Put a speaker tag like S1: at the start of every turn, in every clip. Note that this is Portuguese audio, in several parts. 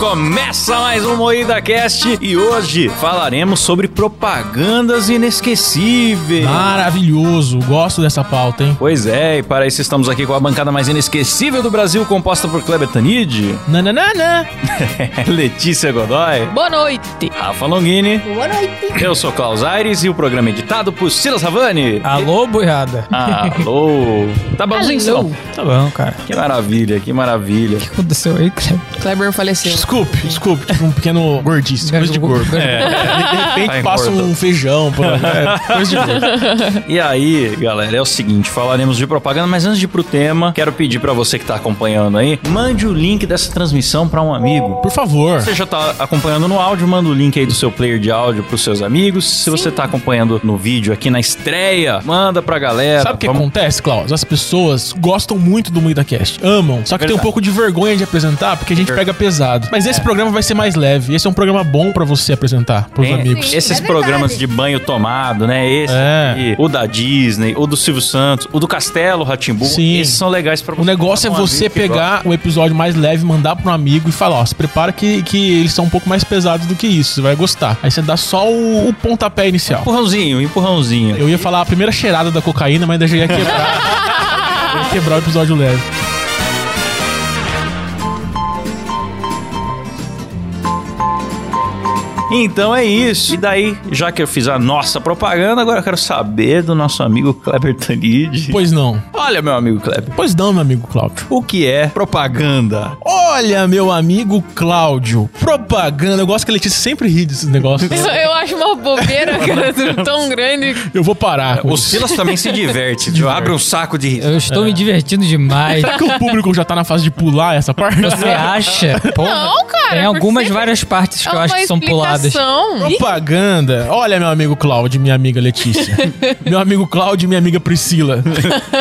S1: Começa mais um Moída Cast e hoje falaremos sobre propagandas inesquecíveis.
S2: Ah. Maravilhoso, gosto dessa pauta, hein?
S1: Pois é, e para isso estamos aqui com a bancada mais inesquecível do Brasil, composta por Kleber Tanid,
S2: Nananana!
S1: Letícia Godoy,
S3: Boa noite.
S1: Rafa Longini. Boa noite. Eu sou Klaus Aires e o programa é editado por Silas Havani.
S2: Alô, boiada.
S1: Alô. Tá bonzinho,
S3: Alô.
S1: Silão?
S2: Tá bom, cara.
S1: Que maravilha, que maravilha.
S4: que aconteceu aí, Cleber?
S3: Kleber faleceu.
S2: Desculpe, desculpe, tipo um pequeno gordista, coisa de gordo. É,
S4: Gajo-
S2: De repente
S1: Ai,
S2: passa
S1: Tá gordo.
S2: um feijão por ali. É, coisa de gordo.
S1: E aí, galera, é o seguinte, falaremos de propaganda, mas antes de ir pro tema, quero pedir pra você que tá acompanhando aí, mande o link dessa transmissão pra um amigo.
S2: Por favor.
S1: Você já tá acompanhando no áudio, manda o link aí do seu player de áudio pros seus amigos. Se você tá acompanhando no vídeo aqui na estreia, manda pra galera.
S2: Sabe o que
S1: Vamos-
S2: acontece, Klaus? As pessoas gostam muito do Moída Cast, amam, só que tem um
S1: Verdade. É.
S2: pouco de vergonha de apresentar porque a gente pega pesado. Mas esse programa vai ser mais leve, esse é um programa bom pra você apresentar pros
S1: Tem
S2: amigos.
S3: Sim.
S1: Esses
S3: é
S1: programas
S3: verdade.
S1: de banho tomado, né? Esse
S2: É.
S1: aqui, o da Disney, o do Silvio Santos, o do Castelo Ratimbu,
S2: Sim.
S1: esses são legais pra você.
S2: O negócio é
S1: mandar pra um
S2: você
S1: amigo que
S2: pegar o episódio mais leve, mandar pra um amigo e falar, ó, se prepara que, que eles são um pouco mais pesados do que isso, você vai gostar. Aí você dá só o, o pontapé inicial.
S1: Empurrãozinho, empurrãozinho.
S2: Eu ia falar a primeira cheirada da cocaína, mas ainda já ia quebrar. ia quebrar o episódio leve.
S1: Então é isso. E daí, já que eu fiz a nossa propaganda, agora eu quero saber do nosso amigo Kleber Tanid.
S2: Pois não.
S1: Olha, meu amigo Kleber,
S2: Pois não, meu amigo Cláudio.
S1: o que é propaganda?
S2: Olha, meu amigo Cláudio. Propaganda. Eu gosto que a Letícia sempre ri desses negócios.
S3: Eu acho uma bobeira, cara, tão grande.
S2: Eu vou parar. com
S1: O
S2: isso.
S1: Silas também se diverte, tipo, abre um saco de risco.
S4: Eu estou me divertindo demais.
S2: Será que o público já tá na fase de pular essa parte?
S4: Você acha? Porra,
S3: Não, cara,
S4: Tem
S3: porque
S4: algumas
S3: sempre
S4: várias partes que
S3: É
S4: eu acho
S3: uma
S4: que são puladas.
S3: explicação.
S2: Propaganda. Olha, meu amigo Cláudio e minha amiga Letícia. meu amigo Cláudio e minha amiga Priscila.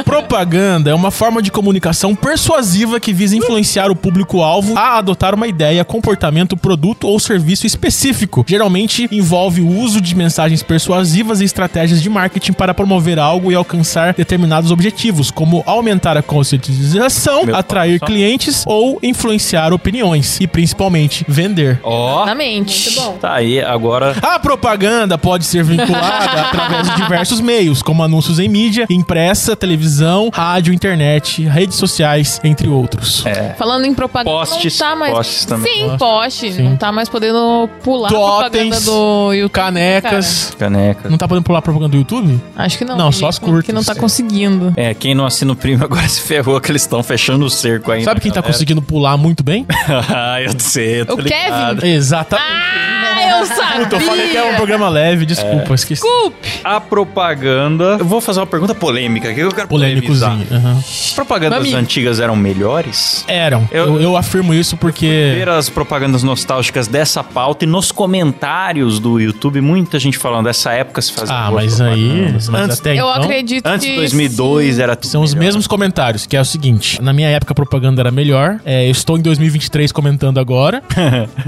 S2: Propaganda é uma forma de comunicação persuasiva que visa influenciar o público-alvo a adotar uma ideia, comportamento, produto ou serviço específico. Geralmente envolve o uso de mensagens persuasivas e estratégias de marketing para promover algo e alcançar determinados objetivos, como aumentar a conscientização,
S1: Meu
S2: atrair
S1: pai, só-
S2: clientes ou influenciar opiniões e principalmente vender.
S1: Ó,
S3: Exatamente. Muito bom.
S1: tá aí, agora
S2: A propaganda pode ser vinculada através de diversos meios, como anúncios em mídia, impressa, televisão, rádio, internet, redes sociais, entre outros.
S1: é.
S3: Tá Falando em propaganda,
S1: Postes,
S3: não tá mais...
S1: postes também.
S3: Sim, poste.
S2: sim.
S3: Não tá mais podendo pular a propaganda
S2: Totens.
S3: do YouTube.
S2: Canecas.
S1: Caneca.
S2: Não tá podendo pular propaganda do YouTube?
S3: cara. Acho que não.
S2: Não, só as curtas.
S3: Que não tá
S2: Sim.
S3: conseguindo.
S1: É, quem não assina o prêmio agora se ferrou que eles estão fechando o cerco ainda.
S2: Sabe quem tá conseguindo pular muito bem?
S1: ah, eu sei, eu tô
S3: O Kevin.
S1: ligado.
S2: Exatamente.
S3: Ah, eu sabia.
S2: Puta, eu falei que era um programa leve,
S1: É.
S2: desculpa, esqueci.
S3: Desculpe.
S1: A propaganda... Eu vou fazer uma pergunta polêmica aqui, eu quero polemizar.
S2: Polêmicozinho. aham.
S1: Propagandas
S3: Mami.
S1: antigas eram melhores?
S2: Eram.
S1: Eu-
S2: Eu, eu afirmo isso porque.
S1: ver as propagandas nostálgicas dessa pauta e nos comentários do YouTube, muita gente falando dessa época se fazia.
S2: Ah,
S1: boas
S2: mas aí.
S1: propagandas.
S2: Mas
S1: antes,
S2: até
S3: Eu
S2: então,
S3: acredito
S1: antes
S3: que...
S1: de 2002 era tudo
S2: São os
S1: melhor.
S2: mesmos comentários, que é o seguinte: na minha época a propaganda era melhor. é, eu estou em 2023 comentando agora.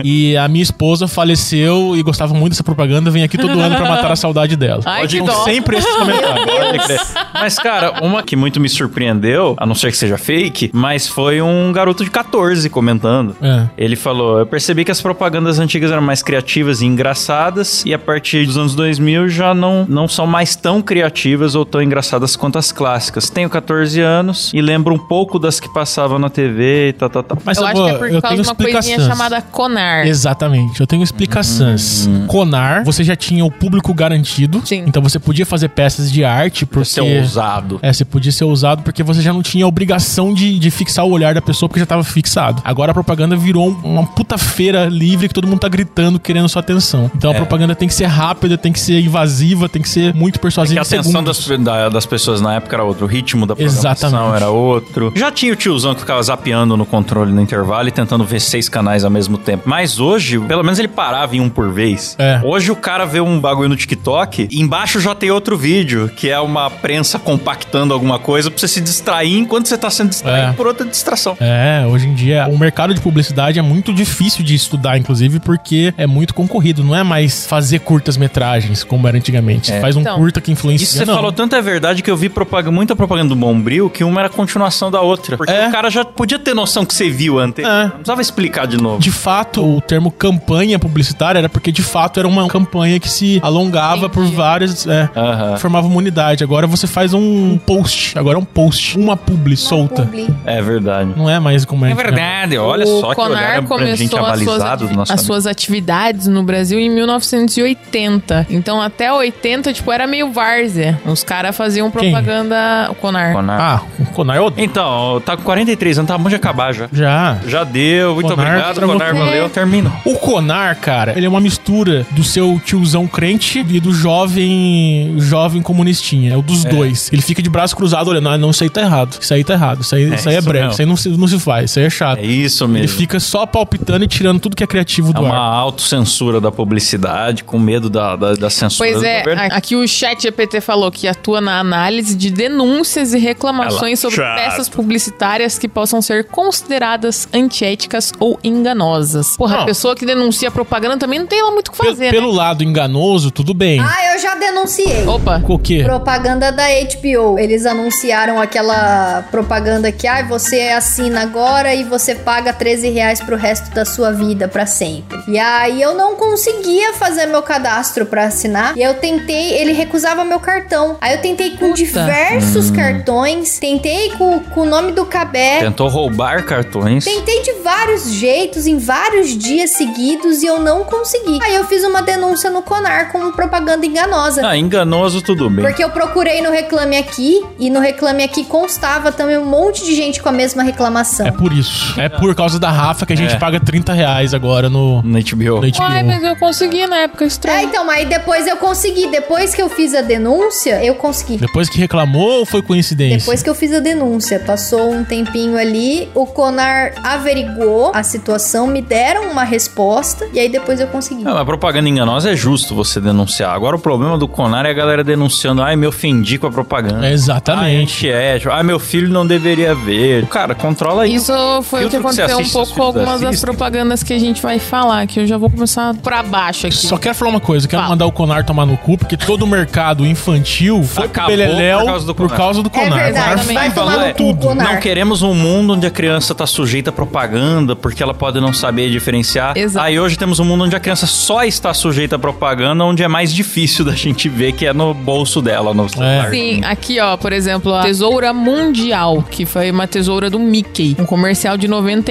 S2: e a minha esposa faleceu e gostava muito dessa propaganda. Vem aqui todo ano pra matar a saudade dela.
S3: Ai,
S2: Pode
S3: que
S2: ir
S3: dó.
S2: sempre esses comentários.
S1: Pode crer. Mas, cara, uma que muito me surpreendeu, a não ser que seja fake, mas foi um garoto de 14 comentando.
S2: É.
S1: Ele falou: Eu percebi que as propagandas antigas eram mais criativas e engraçadas, e a partir dos anos 2000 já não, não são mais tão criativas ou tão engraçadas quanto as clássicas. Tenho 14 anos e lembro um pouco das que passavam na TV e tal, tal, tal.
S2: Mas
S3: eu acho
S2: vou-
S3: que é por
S2: eu
S3: causa de
S2: tenho
S3: uma coisinha
S2: explicações.
S3: chamada Conar.
S2: Exatamente, eu tenho explicações. Conar, você já tinha o público garantido,
S3: Sim.
S2: então você podia fazer peças de arte porque
S1: Seu ousado.
S2: É, você podia ser usado porque você já não tinha a obrigação de, de fixar o olhar da pessoa porque já tava fixado. Agora a propaganda virou um- uma puta feira livre que todo mundo tá gritando, querendo sua atenção. Então
S1: É.
S2: a propaganda tem que ser rápida, tem que ser invasiva, tem que ser muito
S1: Que
S2: persuasiva.
S1: a
S2: em
S1: atenção
S2: segundos.
S1: das, da- das pessoas na época era outro, o ritmo da programação
S2: Exatamente.
S1: era outro. Já tinha o tiozão que ficava zapeando no controle no intervalo e tentando ver seis canais ao mesmo tempo. Mas hoje, pelo menos ele parava e tem um por vez.
S2: É.
S1: Hoje o cara vê um bagulho no TikTok, e embaixo já tem outro vídeo, que é uma prensa compactando alguma coisa pra você se distrair enquanto você tá sendo distraído
S2: É.
S1: por outra distração.
S2: É, hoje em dia o mercado de publicidade é muito difícil de estudar, inclusive, porque é muito concorrido. Não é mais fazer curtas metragens como era antigamente. Faz um
S3: Então,
S2: curta que influencia.
S1: É. Isso você
S2: não.
S1: falou tanto é verdade que eu vi propaganda, muita propaganda do Bombril que uma era continuação da outra. Porque
S2: É.
S1: o cara já podia ter noção que você viu antes.
S2: É.
S1: Não precisava explicar de novo.
S2: De fato, o termo campanha publicitária era porque de fato era uma campanha que se alongava por
S3: Entendi.
S2: várias. É,
S1: Aham.
S2: formava uma unidade. Agora você faz um post. Agora é um post. Uma publi solta.
S5: Publi.
S1: É verdade.
S2: Não é mais como é.
S1: É
S2: que era.
S1: verdade, olha
S3: o
S1: só que
S3: Conar
S1: olhar gente
S3: começou as suas,
S1: abalizado do
S3: ati-
S1: nosso
S3: as
S1: amigo.
S3: suas atividades no Brasil em 1980. Então até 80, tipo, era meio várzea. Os caras faziam
S2: Quem?
S3: propaganda... O Conar.
S1: Conar.
S2: Ah, o Conar eu odeio.
S1: Então, tá com 43 anos, tá bom de acabar já.
S2: Já.
S1: Já deu, muito
S2: Conar,
S1: obrigado,
S2: travou
S1: Conar,
S2: tudo.
S3: É.
S1: valeu, termino.
S2: O Conar, cara, ele é uma mistura do seu tiozão crente e do jovem jovem comunistinha. É o dos dois. Ele fica de braço cruzado olhando. Ah, não, isso aí tá errado. Isso aí tá errado. Isso aí é, isso aí é
S1: isso
S2: breve.
S1: mesmo.
S2: Isso aí não se, não se faz. Isso aí é chato.
S1: É isso
S2: ele
S1: mesmo.
S2: fica só palpitando e tirando tudo que é criativo
S1: É
S2: do
S1: uma
S2: ar.
S1: autocensura da publicidade, com medo da, da, da censura
S3: Pois
S1: do
S3: é,
S1: governo.
S3: a- aqui o chat GPT falou que atua na análise de denúncias e reclamações
S1: Ela-
S3: sobre
S1: chato.
S3: peças publicitárias que possam ser consideradas antiéticas ou enganosas. Porra,
S2: Não.
S3: a pessoa que denuncia propaganda também não tem lá muito o que
S2: Pe-
S3: fazer,
S2: pelo lado enganoso, tudo bem.
S5: Ah, eu já denunciei.
S3: né? Opa,
S2: O quê?
S5: Propaganda da HBO. Eles anunciaram aquela propaganda que ah, você assina agora e você paga 13 reais pro resto da sua vida pra sempre. E aí eu não conseguia fazer meu cadastro pra assinar. E eu tentei, ele recusava meu cartão. Aí eu tentei com diversos cartões, tentei com, com o nome do
S3: é.
S5: Cabé.
S1: Tentou roubar cartões.
S5: Tentei de vários jeitos, em vários dias seguidos, e eu não consegui. Aí eu fiz uma denúncia no Conar como propaganda enganosa.
S1: Ah, enganoso, tudo bem.
S5: Porque eu procurei no Reclame Aqui e no Reclame Aqui constava também um monte de gente com a mesma reclamação.
S2: É por isso. É por causa da Rafa que a
S1: É.
S2: gente paga 30 reais agora no,
S1: No HBO.
S2: no HBO.
S3: Uai, mas eu consegui né? na época
S5: É,
S3: estranha.
S5: então, mas aí depois eu consegui. Depois que eu fiz a denúncia, eu consegui.
S2: Depois que reclamou ou foi coincidência?
S5: Depois que eu fiz a denúncia, passou um tempinho ali, o Conar averiguou a situação, me deram uma resposta e aí depois eu consegui.
S1: Não, mas propaganda enganosa é justo você denunciar. Agora o problema do Conar é a galera denunciando, ai, me ofendi com a propaganda.
S2: É, Exatamente.
S1: Ai, é antiético. Ai, meu filho não deveria ver. Cara, controla isso.
S3: Isso foi o que
S1: Filtro que você
S3: aconteceu um
S1: assiste, os
S3: pouco com
S1: filhos
S3: algumas das
S1: assistem.
S3: propagandas que a gente vai falar, que eu já vou começar pra baixo aqui.
S2: Só quero falar uma coisa, eu quero
S3: Fala.
S2: mandar o Conar tomar no cu, porque todo o mercado infantil foi pro
S1: Acabou
S2: Beleléu
S1: por causa do
S2: por
S1: Conar.
S2: causa
S3: É
S2: do Conar.
S5: é verdade,
S2: O Conar
S5: vai
S2: falou
S5: tomar no cu,
S2: tudo.
S5: Conar.
S1: Não queremos um mundo onde a criança tá sujeita a propaganda porque ela pode não saber diferenciar.
S3: Exato.
S1: Aí hoje temos um mundo onde a criança só está sujeita a propaganda, onde é mais difícil da gente ver que é no bolso dela,
S2: É.
S1: no celular.
S3: Sim, aqui ó, por exemplo, a Tesoura Mundial, que foi uma tesoura do Mickey, um comercial de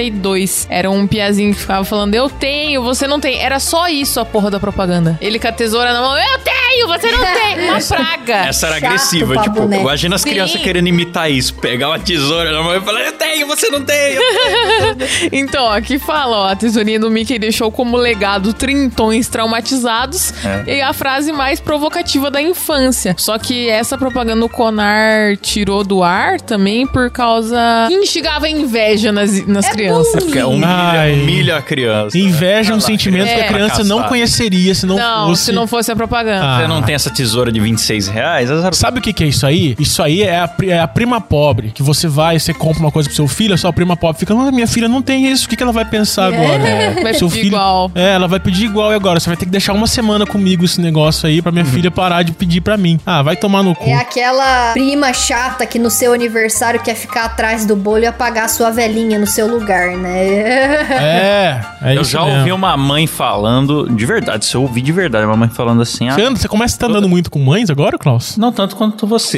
S3: 92. Era um piazinho que ficava falando, eu tenho, você não tem. Era só isso a porra da propaganda. Ele com a tesoura na mão, eu tenho, você não tem. Uma praga.
S1: Essa era
S5: É Chato né?
S1: agressiva,
S5: pra
S1: tipo,
S5: boneca.
S1: imagina as
S3: Sim.
S1: crianças querendo imitar isso, pegar uma tesoura na mão e falar, eu tenho, você não tem. eu tenho."
S3: Então, aqui fala, ó, a tesourinha do Mickey deixou como legado trintões traumatizados
S1: É.
S3: e a frase mais provocativa da infância. Só que essa propaganda o Conar tirou do ar também por causa que instigava inveja nas, nas
S5: É
S3: crianças.
S1: Porque humilha,
S2: Ai.
S1: humilha a criança.
S2: Inveja é um
S1: Ela-
S2: sentimento que a
S3: É.
S2: criança não
S1: Fracassada.
S2: conheceria se não,
S3: Não,
S2: fosse...
S3: se não fosse a propaganda.
S2: Ah.
S1: Você não tem essa tesoura de 26 reais? Essa-
S2: Sabe o que, que é isso aí? Isso aí é a, pri- é a prima pobre. Que você vai, você compra uma coisa pro seu filho, a sua prima pobre fica, ah, minha filha não tem isso, o que, que ela vai pensar agora?
S3: vai
S2: seu
S3: pedir igual.
S2: É, ela vai pedir igual e agora. Você vai ter que deixar uma semana comigo esse negócio aí pra
S1: Uhum.
S2: minha filha parar de pedir pra mim. Ah, vai tomar no cu.
S5: É aquela prima chata que no seu aniversário quer ficar atrás do bolo e apagar a sua velhinha no seu lugar, né?
S2: É, é
S1: eu
S2: isso
S1: já
S2: mesmo.
S1: ouvi um- uma mãe falando, de verdade, se eu ouvi de verdade, uma mãe falando assim, ah,
S2: Você, anda, você começa a estar andando muito com mães agora, Klaus?
S1: não tanto quanto você.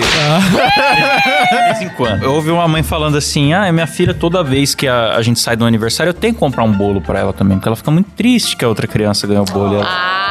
S2: Ah.
S1: De vez em quando. Eu ouvi uma mãe falando assim, ah, minha filha toda vez que a, a gente sai do aniversário, eu tenho que comprar um bolo pra ela também, porque ela fica muito triste que a outra criança ganhou o bolo. e ela-
S3: Ah,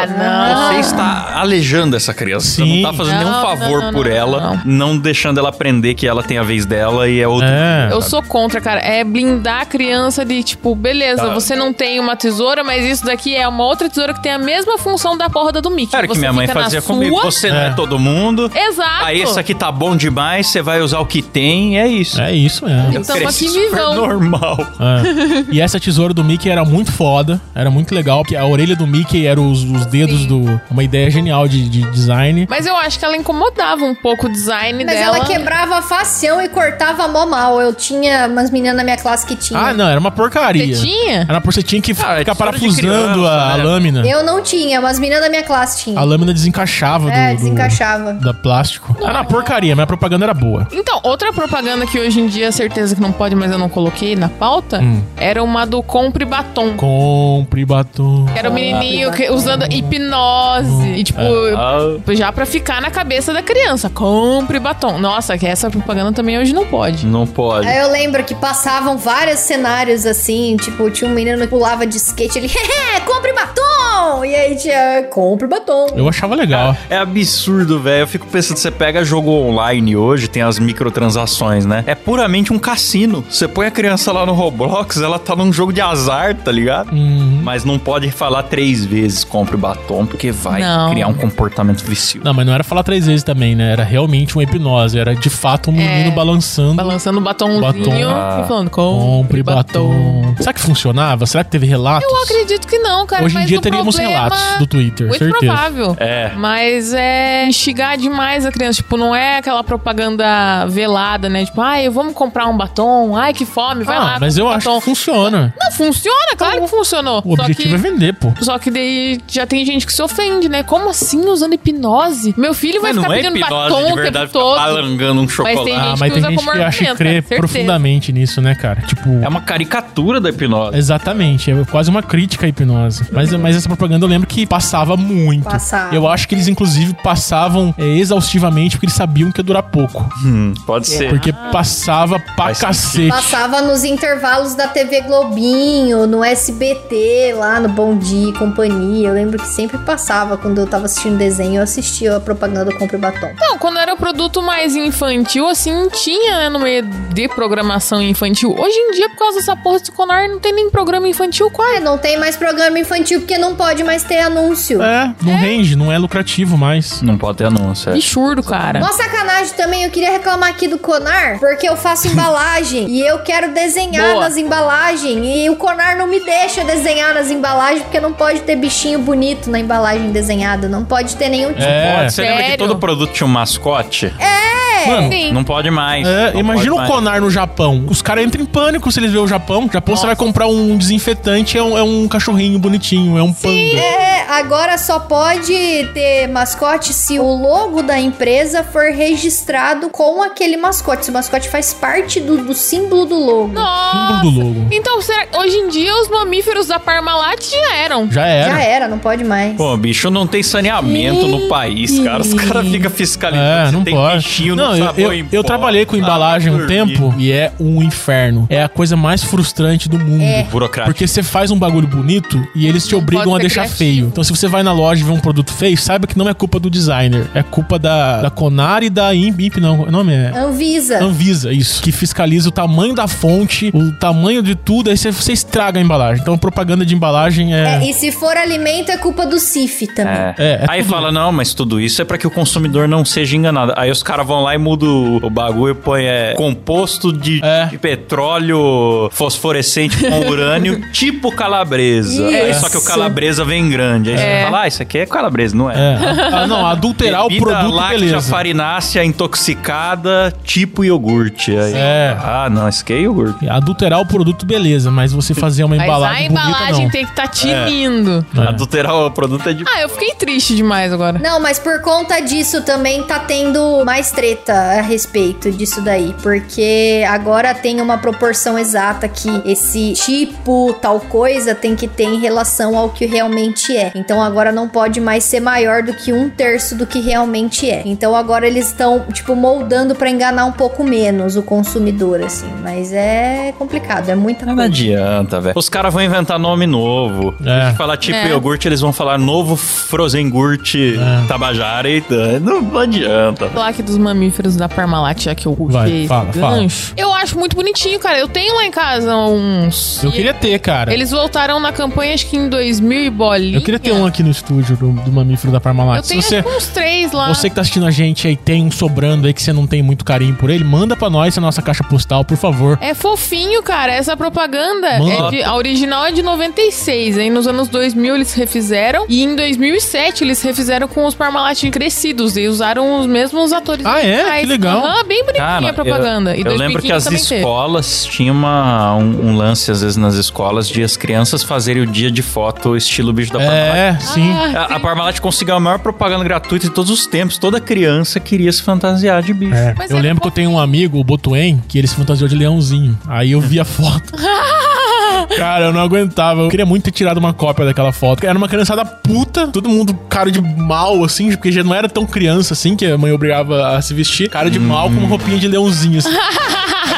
S3: Ah, não.
S1: Você está aleijando essa criança. Você
S2: Sim.
S1: não está fazendo nenhum
S3: Não,
S1: favor
S3: não, não,
S1: por
S3: não,
S1: ela, não. deixando ela aprender que ela tem a vez dela e é outra.
S2: É.
S3: Eu sou contra, cara. É blindar a criança de tipo, beleza,
S1: Tá.
S3: você não tem uma tesoura, mas isso daqui é uma outra tesoura que tem a mesma função da porra da do Mickey.
S1: Cara, que
S3: Você
S1: minha mãe
S3: fica na
S1: fazia comigo.
S3: sua.
S1: Você não é
S2: É.
S1: todo mundo.
S3: Exato.
S1: Aí esse aqui tá bom demais, você vai usar o que tem, e é isso.
S2: É isso mesmo.
S1: Eu
S3: Então,
S1: cresci
S3: aqui
S1: super
S3: vivão.
S1: normal.
S2: É. E essa tesoura do Mickey era muito foda, era muito legal, porque a orelha do Mickey era os, os dedos
S3: Sim.
S2: do. Uma ideia genial de, de design.
S3: Mas eu acho que ela incomodava um pouco o design
S5: Mas
S3: dela.
S5: ela quebrava facião e cortava mó mal. Eu tinha umas meninas na minha classe que tinha.
S2: Ah, não, era uma porcaria.
S3: Você tinha?
S2: Era porque você tinha que
S1: Ah, é tesoura
S2: ficar
S1: de
S2: parafusando
S1: criança,
S2: a, a
S1: né?
S2: lâmina.
S5: Eu não tinha, mas meninas da minha classe
S2: A
S5: tinham.
S2: lâmina desencaixava
S5: É,
S2: do, do-
S5: desencaixava.
S2: da plástico. Era uma porcaria, mas a propaganda era boa.
S3: Então, outra propaganda que hoje em dia, certeza que não pode, mas eu não coloquei na pauta,
S2: Hum.
S3: era uma do Compre Batom.
S2: Compre batom.
S3: Que era o menininho que- usando hipnose. E, tipo,
S2: É.
S1: Ah,
S3: já pra ficar na cabeça da criança. Compre batom. Nossa, que essa propaganda também hoje não
S2: Hum.
S3: pode.
S1: Não pode.
S5: Aí eu lembro que passavam vários cenários assim, tipo, tinha um menino que pulava de skate, ele, hehe, compre batom! E aí tinha, compre batom.
S2: Eu achava legal.
S1: É absurdo, velho. Eu fico pensando, você pega jogo online hoje, tem as microtransações, né? É puramente um cassino. Você põe a criança lá no Roblox, ela tá num jogo de azar, tá ligado?
S2: Uhum.
S1: Mas não pode falar três vezes compre batom, porque vai
S3: Não.
S1: criar um comportamento vicioso.
S2: Não, mas não era falar três vezes também, né? Era realmente uma hipnose. Era de fato um
S3: É.
S2: menino balançando.
S3: Balançando o batomzinho
S2: Batom.
S1: Ah.
S3: e falando,
S2: Compre batom. Será que funcionava? Será que teve relatos?
S3: Eu acredito que não, cara.
S2: Hoje em
S3: mas
S2: dia
S3: o
S2: teríamos
S3: problema-
S2: relatos do Twitter,
S3: Muito
S2: certeza.
S3: provável.
S1: É.
S3: Mas é instigar demais a criança. Tipo, não é aquela propaganda velada, né? Tipo, ai, vamos comprar um batom. Ai, que fome, vai
S2: Ah,
S3: lá.
S2: mas eu
S3: compra um
S2: acho
S3: batom.
S2: que funciona.
S3: Não, funciona, claro que funcionou.
S2: O objetivo
S3: só que...
S2: é vender, pô.
S3: Só que daí já tem gente que se ofende, né? Como assim usando hipnose? Meu filho vai
S1: Mas
S3: ficar
S1: não é
S3: pedindo
S1: hipnose
S3: Tá batom
S1: de
S3: o
S1: verdade
S3: tempo
S1: ficar
S3: todo.
S1: balangando um
S3: tem
S1: chocolate.
S2: Ah,
S3: gente
S2: mas tem
S3: que usa
S2: gente
S3: como
S2: que acha que
S3: argumento,
S2: crê
S3: certeza.
S2: profundamente nisso, né, cara? Tipo.
S1: É uma caricatura da hipnose.
S2: Exatamente, é quase uma crítica à hipnose. Mas,
S3: Uhum.
S2: mas essa propaganda eu lembro que passava muito.
S5: Passava.
S2: Eu acho que eles, inclusive, passavam é, exaustivamente porque eles sabiam que ia durar pouco.
S1: Hum, pode
S3: É.
S1: ser.
S2: Porque
S3: Ah.
S2: passava pra
S1: Faz
S2: cacete.
S5: Passava nos intervalos da TV Globinho, no SBT, lá no Bom Dia e Companhia. Eu lembro que sempre passava quando eu tava assistindo desenho, eu assistia a propaganda do Compre Batom.
S3: Não, quando era o produto mais infantil, assim, tinha né, no meio de programação infantil. Hoje em dia, por causa dessa porra de Conar, não tem nem programa infantil quase.
S5: É, não tem mais programa infantil porque não pode mais ter anúncio.
S2: É, não rende, não é lucrativo mais.
S1: Não pode ter anúncio. é.
S3: Bichurdo, cara.
S5: Uma sacanagem também, eu queria reclamar aqui do Conar, porque eu faço embalagem e eu quero desenhar
S3: Boa.
S5: nas embalagens e o Conar não me deixa desenhar nas embalagens porque não pode ter bichinho bonito na embalagem desenhada, não pode ter nenhum tipo.
S2: É.
S1: Pode. Você lembra que
S3: Sério?
S1: todo produto tinha um mascote?
S3: É.
S2: Mano,
S3: Sim.
S1: Não pode mais.
S2: É,
S1: Não
S2: imagina
S1: pode
S2: o
S1: mais.
S2: Conar no Japão. Os caras entram em pânico se eles verem o Japão. O Japão você vai comprar um desinfetante, é um, é um cachorrinho bonitinho, é um panda.
S5: É, agora só pode ter mascote se o logo da empresa for registrado com aquele mascote. Se o mascote faz parte do, do símbolo do logo.
S3: Nossa!
S2: Símbolo do logo.
S3: Então, será que hoje em dia os mamíferos da Parmalat já eram?
S2: Já
S5: Já
S2: era.
S5: era, não pode mais.
S1: Pô, bicho, não tem saneamento no país, cara. Os caras ficam fiscalizando.
S2: É,
S1: se
S2: não
S1: tem
S2: pode.
S1: bichinho
S2: não,
S1: no
S2: eu,
S1: sabão
S2: eu,
S1: em
S2: eu
S1: pó.
S2: trabalhei com embalagem
S1: Ah,
S2: um
S1: dormi.
S2: tempo e é um inferno. É a coisa mais frustrante do mundo.
S1: Burocrático.
S2: Porque você faz um bagulho bonito e eles te
S3: É. Não
S2: obrigam
S3: pode
S2: a
S3: ser
S2: deixar
S3: criativo.
S2: feio. Então, se você vai na loja e vê um produto feio, saiba que não é culpa do designer. É culpa da, da Conar e da Imp, Imp não. O nome é.
S5: Anvisa.
S2: Anvisa, isso. Que fiscaliza o tamanho da fonte, o tamanho de tudo, aí você, você estraga a embalagem. Então, propaganda de embalagem
S5: É,
S2: é.
S5: e se for alimento, é culpa do CIF também.
S1: É.
S2: É, é
S1: aí fala, não, mas tudo isso é pra que o consumidor não seja enganado. Aí os caras vão lá e mudam o, o bagulho e põe é, composto de,
S2: É.
S1: de petróleo fosforescente com urânio, tipo calabresa. Aí, Só que o
S5: Isso.
S1: calabresa vem grande. Aí você fala, ah, isso aqui é calabresa, não é?
S2: É. Ah, não, adulterar o
S1: Bebida
S2: produto,
S1: láctea
S2: beleza.
S1: farinácea intoxicada, tipo iogurte. Aí,
S2: É.
S1: Ah, não, isso aqui é iogurte.
S2: Adulterar o produto, beleza, mas você fazer uma
S3: Mas a
S2: embalagem,
S3: embalagem
S2: bonita,
S3: tem que estar tá tinindo.
S2: não. É.
S1: Adulterar o produto é de.
S3: Ah, eu fiquei triste demais agora.
S5: Não, mas por conta disso também tá tendo mais treta. besta a respeito disso daí, porque agora tem uma proporção exata que esse tipo, tal coisa, tem que ter em relação ao que realmente é. Então agora não pode mais ser maior do que um terço do que realmente é. Então agora eles estão, tipo, moldando pra enganar um pouco menos o consumidor, assim. Mas é complicado, é muita
S1: Não
S5: coisa.
S1: adianta, velho. Os caras vão inventar nome novo.
S2: É.
S1: É. Falar tipo
S3: É.
S1: iogurte, eles vão falar novo Frozengurt
S2: É.
S1: Tabajara e t- não adianta.
S3: Falar aqui dos mamíferos da Parmalat, já que eu puxei
S2: Vai,
S3: esse
S2: fala, fala.
S3: gancho. Eu acho muito bonitinho, cara. Eu tenho lá em casa uns.
S2: Eu
S3: E
S2: queria ter, cara.
S3: Eles voltaram na campanha, acho que em 2000 e bolinha.
S2: Eu queria ter um aqui no estúdio do, do mamífero da Parmalat.
S3: Eu tenho
S2: Se você,
S3: acho que uns três lá.
S2: você que tá assistindo a gente aí, tem um sobrando aí que você não tem muito carinho por ele, manda pra nós a nossa caixa postal, por favor.
S3: É fofinho, cara. Essa propaganda.
S2: Mano.
S3: é de- a original é de 96, hein? Nos anos 2000 eles refizeram. E em 2007 eles refizeram com os Parmalat crescidos. E usaram os mesmos atores.
S2: Ah, é?
S3: originais.
S2: Que legal.
S3: Aham, bem bonitinha a propaganda. e
S1: eu, eu lembro
S3: 2015
S1: que as
S3: também teve.
S1: escolas tinha uma, um, um lance, às vezes, nas escolas, de as crianças fazerem o dia de foto estilo bicho da Parmalat.
S2: É, sim.
S3: Ah,
S1: A, a Parmalat conseguiu a maior propaganda gratuita de todos os tempos. Toda criança queria se fantasiar de bicho.
S2: É.
S3: Mas
S2: Eu
S3: é
S2: lembro que eu tenho um amigo, o Botuen, que ele se fantasiou de leãozinho. Aí eu vi a foto. Cara, eu não aguentava. Eu queria muito ter tirado uma cópia daquela foto. Era uma criançada puta, todo mundo cara de mal, assim, porque já não era tão criança assim que a mãe obrigava a se vestir. Cara de mal com uma roupinha de leãozinho, assim.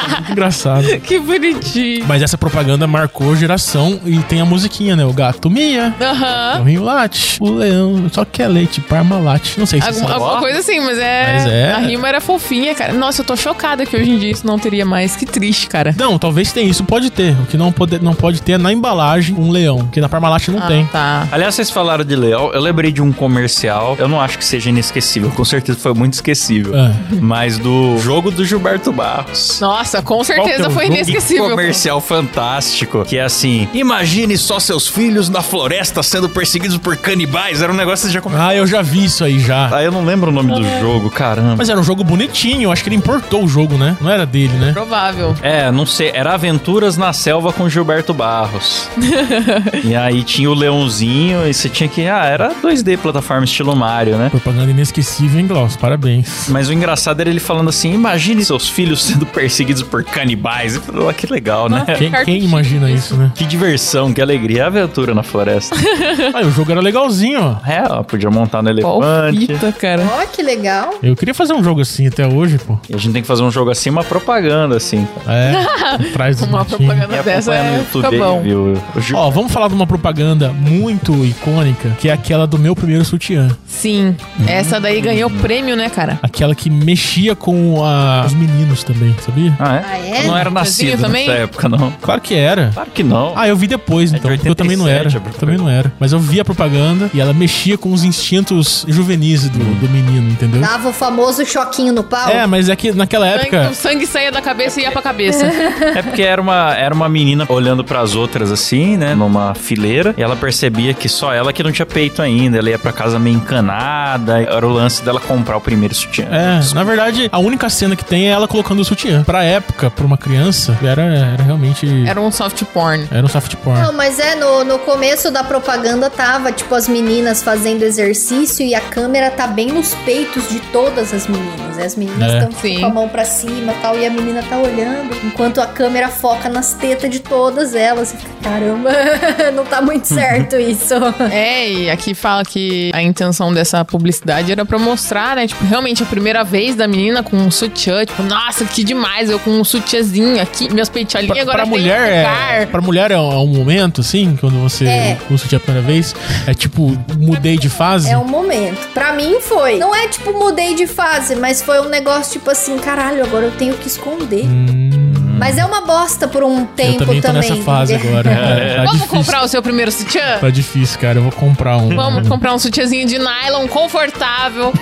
S2: Era muito engraçado.
S3: Que bonitinho.
S2: Mas essa propaganda marcou geração e tem a musiquinha, né? O gato Mia,
S3: Aham.
S2: o rio late, o leão, só que é leite, parmalate. Não sei se
S3: Algum-
S2: sabe.
S3: alguma coisa assim, mas é,
S2: é Mas é.
S3: A rima era fofinha, cara. Nossa, eu tô chocada que hoje em dia isso não teria mais. Que triste, cara.
S2: Não, talvez tenha. Isso pode ter. O que não pode, não pode ter é na embalagem um leão, que na Parmalat não
S3: Ah,
S2: tem.
S3: Tá.
S1: Aliás, vocês falaram de leão. Eu lembrei de um comercial. Eu não acho que seja inesquecível. Com certeza foi muito esquecível.
S2: É.
S1: Mas do jogo do Gilberto Barros.
S3: Nossa, com certeza
S2: Qual que é o
S3: foi
S2: jogo?
S3: inesquecível.
S1: comercial fantástico, que é assim, imagine só seus filhos na floresta sendo perseguidos por canibais, era um negócio que já começou.
S2: Ah, eu já vi isso aí já.
S1: Ah, eu não lembro o nome do jogo, caramba.
S2: Mas era um jogo bonitinho. eu Acho que ele importou o jogo, né? Não era dele, né?
S3: Provável.
S1: É, não sei, era Aventuras na Selva com Gilberto Barros. e aí tinha o leãozinho e você tinha que, ah, era 2D plataforma estilo Mario, né?
S2: Propaganda inesquecível, hein, Glaucio? Parabéns.
S1: Mas o engraçado era ele falando assim, imagine seus filhos sendo perseguidos por canibais. Eu falei, "Ah, que legal, né?
S2: Quem, quem imagina isso, né?
S1: Que diversão, que alegria, aventura na floresta.
S2: Ah, o jogo era legalzinho, ó.
S1: É, ó, podia montar no
S3: Qual
S1: elefante.
S3: fita, cara.
S5: Ó, que legal.
S2: Eu queria fazer um jogo assim até hoje, pô.
S1: E a gente tem que fazer um jogo assim, uma propaganda, assim.
S2: É. Traz do
S3: Uma
S2: bonitinho.
S1: E
S3: propaganda
S1: acompanha
S3: dessa
S1: no
S3: é,
S1: YouTube
S3: fica bom.
S1: aí, viu? O Gil-
S2: Ó, vamos falar de uma propaganda muito icônica, que é aquela do meu primeiro sutiã.
S3: Sim. Essa daí ganhou prêmio, né, cara?
S2: Aquela que mexia com a- os meninos também, sabia?
S1: Ah, é?
S5: Ah, é?
S1: Eu não era
S3: Joãozinho
S1: nascido
S3: também?
S1: nessa época, não.
S2: Claro que era.
S1: Claro que não.
S2: Ah, eu vi depois,
S1: É de
S2: então. porque eu também não
S1: 87
S2: era.
S1: a propaganda.
S2: Também não era. Mas eu vi a propaganda e ela mexia com os instintos juvenis do, do menino, entendeu?
S5: Dava o famoso choquinho no pau.
S2: É, mas é que naquela
S3: Sangue-
S2: época.
S3: o sangue saía da cabeça e ia pra cabeça.
S1: É porque era uma, era uma menina olhando pras outras assim, né? Numa fileira. E ela percebia que só ela que não tinha peito ainda. Ela ia pra casa meio encanada. Era o lance dela comprar o primeiro sutiã.
S2: É, na verdade, a única cena que tem é ela colocando o sutiã. Pra época, pra uma criança, era, era realmente. Era,
S3: Era um soft porn.
S2: um soft porn.
S5: Não, mas é, no, no começo da propaganda tava, tipo, as meninas fazendo exercício e a câmera tá bem nos peitos de todas as meninas. As meninas
S2: É.
S5: estão
S3: Sim.
S5: com a mão pra cima tal, e a menina tá olhando, enquanto a câmera foca nas tetas de todas elas. Você fica, Caramba, não tá muito certo isso.
S3: É, e aqui fala que a intenção dessa publicidade era pra mostrar, né? Tipo, realmente a primeira vez da menina com um sutiã. Tipo, nossa, que demais, eu com um sutiãzinho aqui, meus peitolinhos
S2: Pra,
S3: agora
S2: pra
S3: tem um
S2: mulher é,
S3: lugar.
S2: pra mulher é um, é um momento, assim, quando você
S5: É.
S2: usa o sutiã a primeira vez. É tipo, mudei de fase.
S5: É um momento. Pra mim foi. Não é tipo mudei de fase, mas foi um negócio tipo assim, caralho, agora eu tenho que esconder. Mas é uma bosta por um
S2: Hum, Eu
S5: tempo
S2: também tô nessa fase agora.
S1: É,
S2: cara. Tá
S3: Vamos
S2: difícil.
S3: comprar o seu primeiro sutiã?
S2: Tá difícil, cara. Eu vou comprar um.
S3: Vamos comprar um sutiãzinho de nylon confortável.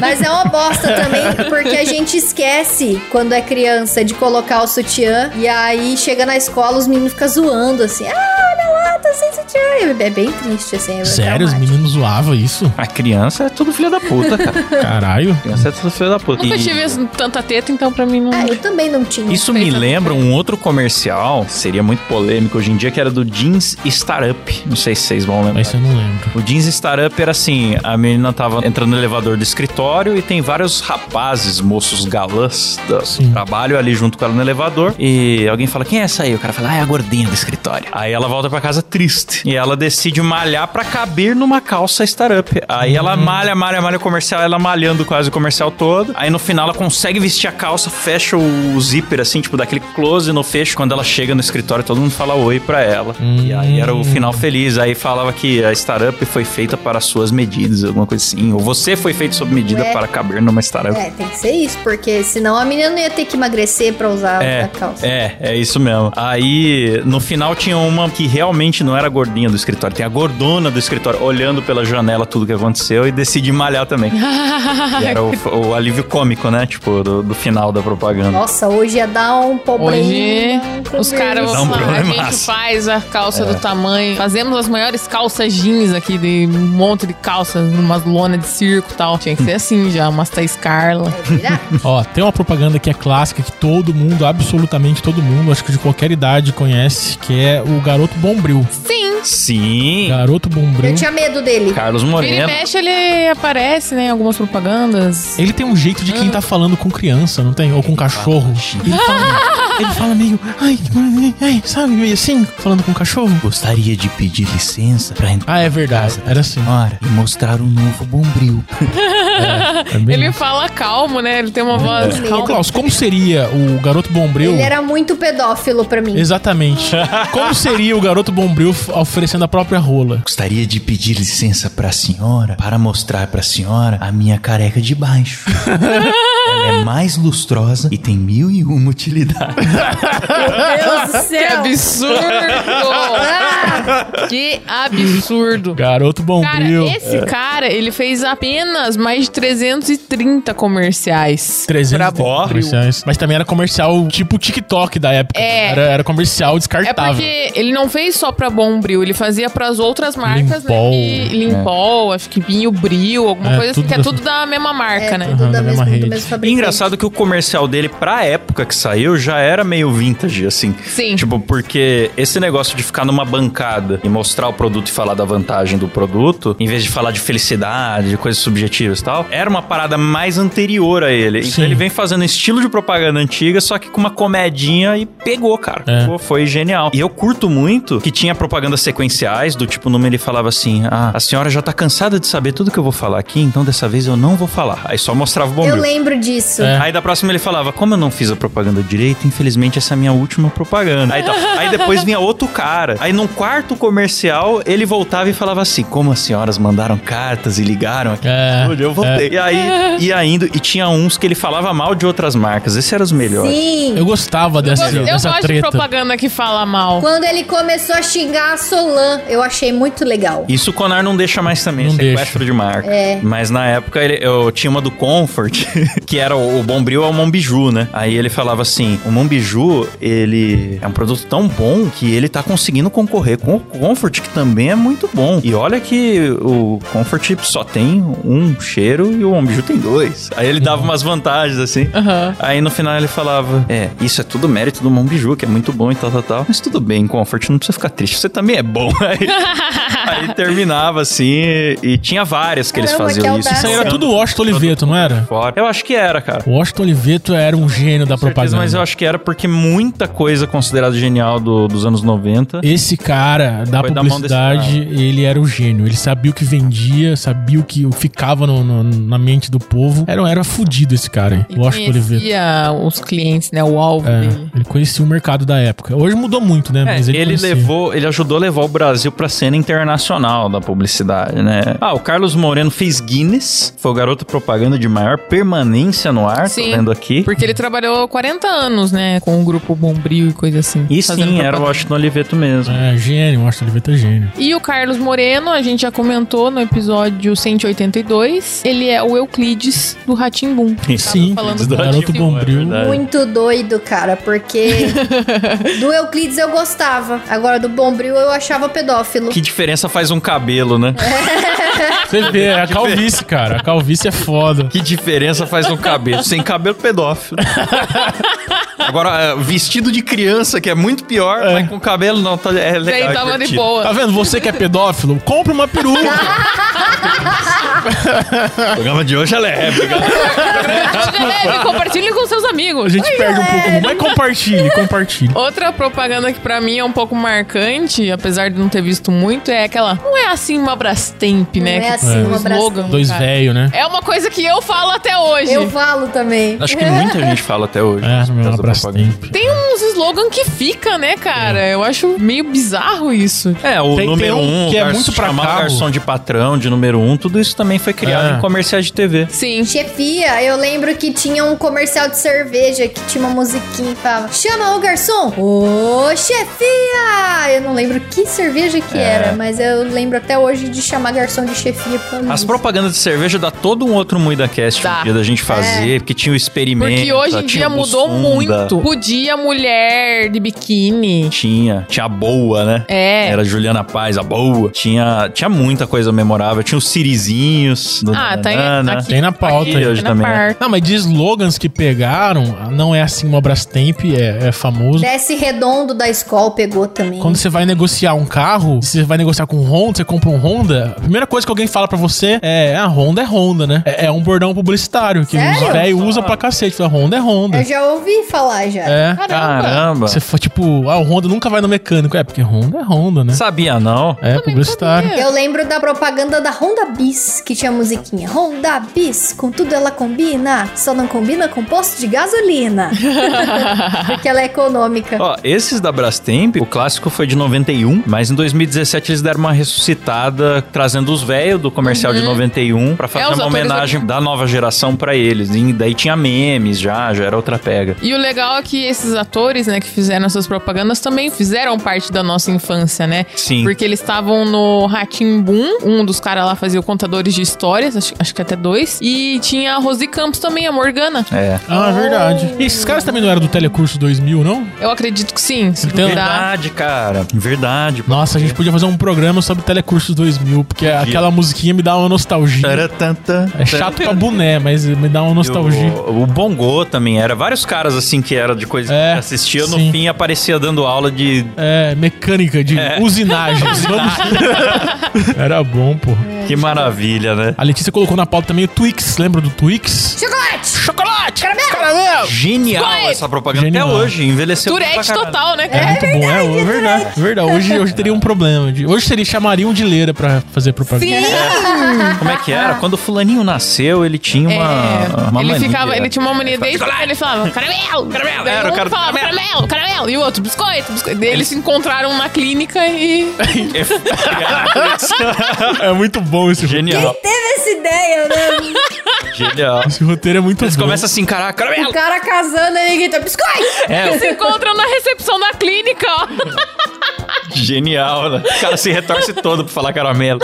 S5: Mas é uma bosta também, porque a gente esquece quando é criança de colocar o sutiã. E aí chega na escola, os meninos ficam zoando assim. Ah, olha lá, ah, tá sem sutiã. É bem triste, assim. É
S2: Sério, os
S5: traumático.
S2: meninos zoavam isso?
S1: A criança é tudo filha da puta, cara.
S2: Caralho.
S1: A criança é tudo filha da puta.
S3: Nunca
S1: E-
S3: tive tanta teta, então pra mim não.
S5: Ah, eu também não tinha.
S1: Isso me lembra um outro comercial, seria muito polêmico hoje em dia, que era do Jeans Startup. Não sei se vocês vão lembrar.
S2: Mas eu não lembro.
S1: O Jeans Startup era assim: a menina tava entrando no elevador do escritório e tem vários rapazes, moços galãs do trabalho ali junto com ela no elevador. E alguém fala: Quem é essa aí? O cara fala: Ah, é a gordinha do escritório. Aí ela volta pra casa triste. E ela decide malhar pra caber numa calça Startup. Aí ela malha, malha, malha o comercial, ela malhando quase o comercial todo. Aí no final ela consegue vestir a calça, fecha o zíper assim, tipo daquele close no fecho. Quando ela chega no escritório, todo mundo fala oi pra ela. E aí era o final feliz. Aí falava que a startup foi feita para suas medidas, alguma coisa assim. Ou você foi feito sob medida
S5: Ué.
S1: para caber numa startup.
S5: É, tem que ser isso, porque senão a menina não ia ter que emagrecer pra usar a
S1: É,
S5: calça.
S1: é, é isso mesmo. Aí, no final tinha uma que realmente não era a gordinha do escritório, tem a gordona do escritório olhando pela janela tudo que aconteceu e decide malhar também. Que era o, o alívio cômico, né? Tipo, do, do final da propaganda.
S5: Nossa, hoje ia dar um problema.
S3: Hoje,
S5: um
S3: os
S5: problema.
S3: caras
S1: Dá
S3: vão
S1: um
S3: falar, a gente
S1: problemaço. É.
S3: faz a calça do tamanho. Fazemos as maiores calças jeans aqui, de um monte de calças, umas lona de circo e tal. Tinha que ser assim já, umas Thais Carla.
S5: Virar?
S2: Ó, tem uma propaganda que é clássica, que todo mundo, absolutamente todo mundo, acho que de qualquer idade conhece, que é o Garoto Bombril.
S3: Sim.
S1: Sim,
S2: Garoto
S5: Eu
S2: Bombril.
S5: tinha medo dele.
S1: Carlos
S3: Vira e
S1: Moreno.
S3: mexe, ele aparece, né, em algumas propagandas.
S2: Ele tem um jeito de quem tá falando com criança, não tem? Ou com cachorro. Ele fala, ele fala meio, ai, ai, sabe, meio assim, falando com cachorro.
S1: Gostaria de pedir licença para entrar
S2: Ah, é verdade. Era assim.
S1: hora e mostrar um novo bombril.
S2: É bem
S3: Ele
S2: isso.
S3: fala calmo, né? Ele tem uma
S1: é
S3: voz
S2: Ô,
S3: calma.
S2: Klaus, como seria o Garoto Bombril?
S5: Ele é era muito pedófilo pra mim.
S2: Exatamente. Como seria o Garoto Bombril f- oferecendo a própria rola?
S1: Gostaria de pedir licença para a senhora para mostrar para a senhora a minha careca de baixo. Ela é mais lustrosa e tem mil e uma utilidade.
S5: Meu Deus do
S3: Que
S5: céu.
S3: absurdo!
S5: Ah,
S3: que absurdo!
S2: Garoto
S3: Cara,
S2: Bombril.
S3: esse cara, ele fez apenas mais de 330 comerciais.
S2: 300
S1: Ó.
S2: comerciais. Mas também era comercial tipo TikTok da época.
S3: É.
S2: Era, era comercial
S3: É
S2: descartável.
S3: porque ele não fez só pra Bombril, ele fazia pras outras marcas,
S2: Limpol.
S3: né? Que, Limpol, acho que Vinho Bril, alguma
S2: É,
S3: coisa assim,
S2: tudo
S3: que é
S2: da-
S3: tudo da mesma marca,
S5: é,
S3: né?
S5: tudo
S2: Aham,
S5: da
S2: da mesma
S5: mesma, do
S2: rede.
S5: mesmo fabricante.
S1: Engraçado que o comercial dele, pra época que saiu, já era meio vintage, assim.
S3: Sim.
S1: Tipo, porque esse negócio de ficar numa bancada e mostrar o produto e falar da vantagem do produto, em vez de falar de felicidade, de coisas subjetivas e tal, era uma parada mais anterior a ele.
S2: Sim.
S1: Então ele vem fazendo estilo de propaganda antiga, só que com uma comedinha e pegou, cara.
S2: É.
S1: Pô, foi genial. E eu curto muito que tinha propagandas sequenciais, do tipo, no meio ele falava assim: Ah, a senhora já tá cansada de saber tudo que eu vou falar aqui, então dessa vez eu não vou falar. Aí só mostrava o bombril.
S5: Eu lembro disso.
S2: É.
S1: Aí da próxima ele falava, como eu não fiz a propaganda direito, infelizmente essa é a minha última propaganda. Aí, tá- aí depois vinha outro cara. Aí num quarto comercial, ele voltava e falava assim, como as senhoras mandaram cartas e ligaram aqui.
S2: É,
S1: no estúdio, eu voltei. E aí, e ainda, e tinha uns que ele falava mal de outras marcas. Esses eram os melhores.
S5: Sim.
S2: Eu gostava dessa,
S3: Eu
S2: dessa
S3: gosto de
S2: treta.
S3: propaganda que fala mal.
S5: Quando ele começou a xingar a Solan, eu achei muito legal.
S1: Isso o Conar não deixa mais também,
S2: Não
S1: sequestro de marca.
S5: É.
S1: Mas na época ele- eu tinha uma do Comfort, que era o, o Bombril é o Mombiju, né? Aí ele falava assim: o Mombiju, ele é um produto tão bom que ele tá conseguindo concorrer com o Comfort, que também é muito bom. E olha que o Comfort só tem um cheiro e o Mombiju tem dois. Aí ele dava umas vantagens assim.
S3: Aham.
S1: Aí no final ele falava: É, isso é tudo mérito do Mombiju, que é muito bom e tal, tal, tal. Mas tudo bem, Comfort, não precisa ficar triste. Você também é bom. Aí, aí terminava assim, e, e tinha várias que eles
S5: Caramba,
S1: faziam
S5: que
S1: isso. assim,
S5: audácia.
S2: Isso aí era tudo Washington Oliveto, não era?
S1: fora. Eu acho que era, cara.
S2: O Washington Oliveto era um gênio da
S1: Com certeza,
S2: propaganda.
S1: mas eu acho que era porque muita coisa considerada genial do- dos anos 90.
S2: Esse cara da
S1: Foi da mão desse
S2: publicidade, ele era o gênio. Ele sabia o que vendia, sabia o que ficava no- no- na mente do povo. Era, era fudido esse cara, aí.
S3: E
S2: Washington Oliveto.
S3: conhecia os clientes, né? O alvo
S2: É,
S3: dele.
S2: ele conhecia o mercado da época. Hoje mudou muito, né?
S1: É,
S2: mas ele,
S1: ele
S2: conhecia.
S1: levou, ele ajudou a levar o Brasil pra cena internacional da publicidade, né? Ah, o Carlos Moreno fez Guinness, foi o garoto propaganda de maior permanência referência no ar, tô
S3: Sim.
S1: vendo aqui.
S3: Porque ele trabalhou 40 anos, né? Com o grupo Bombril e coisa assim.
S1: E
S3: fazendo
S1: sim, era o
S3: propaganda.
S1: Washington Oliveto mesmo.
S2: É, gênio, Washington Oliveto é gênio.
S3: E o Carlos Moreno, a gente já comentou no episódio 182. Ele é o Euclides do Ratimbum.
S1: Isso.
S2: Sim,
S3: falando
S1: do
S2: garoto
S3: Ratimbun.
S1: É
S2: bombril.
S1: verdade.
S5: Muito doido, cara, porque do Euclides eu gostava. Agora do Bombril eu achava pedófilo.
S1: Que diferença faz um cabelo, né?
S2: Você vê, é a calvície, cara. A calvície é foda.
S1: Que diferença faz um cabelo? Sem cabelo, pedófilo. Agora, é, vestido de criança, que é muito pior, mas com cabelo não, tá, é
S3: Daí
S1: legal. é
S3: tava de
S1: divertido.
S2: Tá
S3: boa.
S2: vendo? Você que é pedófilo, compra uma peruca.
S1: O programa de hoje ela é épica.
S3: Leve, compartilhe é, com seus
S2: A
S3: amigos.
S2: gente perde
S3: é,
S2: um pouco. Mas compartilhe, compartilhe.
S3: Outra propaganda que pra mim é um pouco marcante, apesar de não ter visto muito, é aquela. Não é assim uma Brastemp, né?
S5: Não é
S3: Que-
S5: assim
S2: É.
S5: uma
S3: Slogan.
S5: bracinha.
S2: Dois
S3: Cara.
S2: velho, né?
S3: É uma coisa que eu falo até hoje.
S5: Eu falo também.
S1: Acho que muita gente fala até hoje.
S2: É,
S1: por
S2: meu
S1: causa da
S2: abraço
S1: propaganda.
S2: tempo.
S3: Tem uns slogan que fica, né, cara?
S2: É.
S3: Eu acho meio bizarro isso.
S1: É, o
S2: Tem- tem
S1: número
S2: um
S1: um,
S2: que é
S1: gar-
S2: muito pra
S1: chamar
S2: carro.
S1: o garçom de patrão, de número um, tudo isso também foi criado
S2: É.
S1: em comerciais de TV.
S3: Sim.
S5: Chefia, eu lembro que tinha um comercial de cerveja que tinha uma musiquinha que falava Chama o garçom! Ô, chefia! Eu não lembro que cerveja
S1: É.
S5: que era, mas eu lembro até hoje de chamar garçom de chefia por
S1: As
S5: isso.
S1: propagandas de cerveja dá todo um outro MuidaCast
S3: Dá. É.
S1: um dia da gente fazer, porque tinha o experimento.
S3: Porque hoje em
S1: tinha
S3: dia
S1: o
S3: mudou
S1: Bussunda,
S3: muito. Podia mulher de biquíni.
S1: Tinha, tinha a boa, né?
S3: É.
S1: Era Juliana Paz, a boa. Tinha, tinha muita coisa memorável. Tinha os Sirizinhos. Do
S3: Ah, tá aí-
S1: Nanana.
S3: aqui.
S2: Tem na pauta
S1: Aqui,
S2: aí.
S1: ó.
S3: é
S1: hoje
S3: na
S1: também, né?
S3: par.
S2: Não, mas de slogans que pegaram, não é assim uma Brastemp, é, é famoso.
S5: Desce redondo da escola pegou também.
S2: Quando você vai negociar um carro, se você vai negociar com um Honda, você compra um Honda, a primeira coisa que alguém fala pra você é: a Honda é Honda, né? É, é um bordão publicitário que os
S5: Sério?
S2: velhos usam pra cacete. Fala, Honda é Honda.
S5: Eu já ouvi falar já.
S2: É.
S1: Caramba.
S2: Você for tipo, ah, o Honda nunca vai no mecânico. É, porque Honda é Honda, né?
S1: Sabia não?
S2: É, publicitário.
S5: Eu lembro da propaganda da Honda Bis, que tinha a musiquinha Honda Bis, com tudo ela combina, só não combina com posto de gasolina. Porque ela é econômica.
S1: Ó, esses da Brastemp, o clássico foi de 91, mas em 2017 eles deram uma ressuscitada, trazendo os velhos do comercial de 91 pra fazer
S3: Uhum. É, os
S1: uma
S3: atores
S1: homenagem da nova geração pra eles. E daí tinha memes já, já era outra pega.
S3: E o legal é que esses atores, né, que fizeram essas propagandas também fizeram parte da nossa infância, né?
S1: Sim.
S3: Porque eles estavam no Ratim Boom, um dos caras lá fazia o Contadores de Histórias, acho, acho que até dois. E tinha a Rosi Campos também, a Morgana.
S1: É.
S2: Ah, verdade.
S5: Oh.
S2: E esses caras também não eram do Telecurso 2000, não?
S3: Eu acredito que sim. Se
S2: Então-
S3: duvidar.
S1: Verdade, cara. Verdade.
S2: Nossa, a gente podia fazer um programa sobre Telecurso 2000, porque aquela musiquinha me dá uma nostalgia.
S1: Taratanta.
S2: É chato pra boné, mas me dá uma nostalgia.
S1: O, o Bongo também era. Vários caras assim que era de coisa
S2: É,
S1: que assistia, no
S2: sim.
S1: fim aparecia dando aula de.
S2: É, mecânica de
S1: É.
S2: usinagem. Vamos- Era bom, pô.
S1: Que maravilha, né?
S2: A Letícia colocou na pauta também o Twix, lembra do Twix?
S5: Chocolate!
S2: Chocolate! Caramelo!
S1: Genial essa propaganda.
S2: Genial.
S1: Até hoje, envelheceu. pra
S3: Tourette
S1: caralho.
S3: total, né?
S2: É, muito bom, é, é verdade. É verdade. Hoje, hoje teria um problema. de- Hoje seria, chamariam de leira pra fazer propaganda.
S3: Sim.
S1: Como é que era? Quando o fulaninho nasceu, ele tinha uma,
S3: É,
S1: uma
S3: ele
S1: mania.
S3: ficava, ele tinha uma mania dele, ele falava caramelo,
S1: Caramelo,
S3: Daí
S1: era o
S3: um
S1: cara do
S3: falava
S1: caramelo.
S3: caramelo, caramelo, e o outro biscoito, biscoito. Daí eles se encontraram na clínica e
S2: É muito bom esse
S1: Genial,
S5: Teve essa ideia, né?
S1: genial.
S2: Esse roteiro é muito
S1: Eles
S2: bom.
S1: começam assim, a se encarar,
S5: O
S1: caramelo!
S5: cara casando ele grita biscoito!
S1: É,
S3: se encontram na recepção da clínica. ó.
S1: genial, né? O cara se retorce todo pra falar caramelo.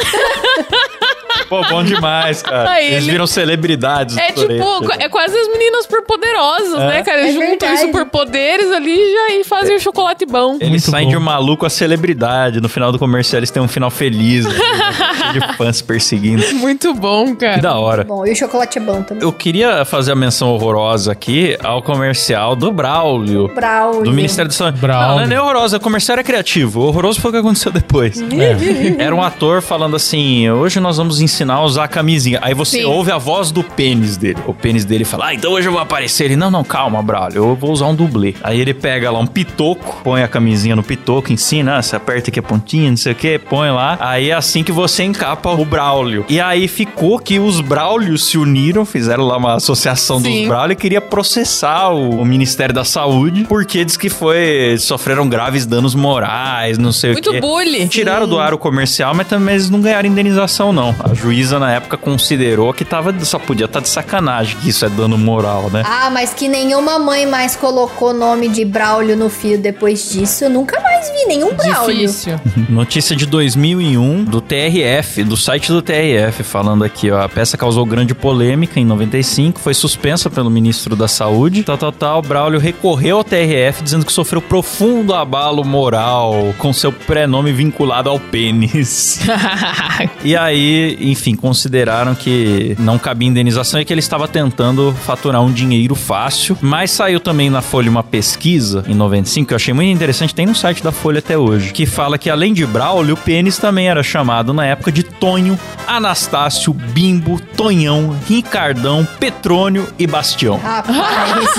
S1: Pô, bom demais, cara.
S3: Aí
S1: Eles
S3: ele-
S1: viram celebridades.
S3: É
S1: do Tourette.
S3: tipo, é quase as meninas superpoderosas, né, cara? Eles
S5: É
S3: juntam os
S5: verdade.
S3: superpoderes ali e já e fazem o chocolate bom.
S1: Eles
S2: Muito
S1: saem
S2: bom.
S1: de um maluco a celebridade. No final do comercial, eles têm um final feliz. né? Cheio de fãs perseguindo.
S3: Muito bom,
S1: Que
S3: cara.
S1: da hora.
S5: Bom, e o chocolate é bom também.
S1: Eu queria fazer a menção horrorosa aqui ao comercial do Braulio.
S5: Braulio.
S1: Do Ministério da Saúde.
S2: Braulio.
S1: Não, não é nem horrorosa, o comercial era criativo. O horroroso foi o que aconteceu depois.
S3: É.
S1: Era um ator falando assim: hoje nós vamos ensinar a usar a camisinha. Aí você
S3: Sim.
S1: ouve a voz do pênis dele. O pênis dele fala: ah, então hoje eu vou aparecer. Ele: não, não, calma, Braulio, eu vou usar um dublê. Aí ele pega lá um pitoco, põe a camisinha no pitoco, ensina, ah, você aperta aqui a pontinha, não sei o que, põe lá. Aí é assim que você encapa o Braulio. E aí ficou que os Braulios se uniram, fizeram lá uma associação
S3: Sim.
S1: dos Braulio e queria processar o, o Ministério da Saúde, porque diz que foi. sofreram graves danos morais, não não sei
S3: Muito
S1: o quê.
S3: bullying.
S1: Tiraram do ar o comercial, mas também eles não ganharam indenização, não. A juíza, na época, considerou que tava, só podia estar de sacanagem, que isso é dano moral, né?
S5: Ah, mas que nenhuma mãe mais colocou o nome de Braulio no fio depois disso. Eu nunca mais vi nenhum Braulio.
S3: Difícil.
S1: Notícia de 2001 do TRF, do site do TRF, falando aqui, ó. A peça causou grande polêmica em 95, foi suspensa pelo ministro da Saúde. Tal, tal, tal. Braulio recorreu ao TRF dizendo que sofreu profundo abalo moral com seu prenome vinculado ao pênis. E aí, enfim, consideraram que não cabia indenização e que ele estava tentando faturar um dinheiro fácil. Mas saiu também na Folha uma pesquisa em 95 que eu achei muito interessante, tem no site da Folha até hoje, que fala que além de Braulio, o pênis também era chamado na época de Tonho, Anastácio, Bimbo, Tonhão, Ricardão, Petrônio e Bastião.
S5: Rapaz.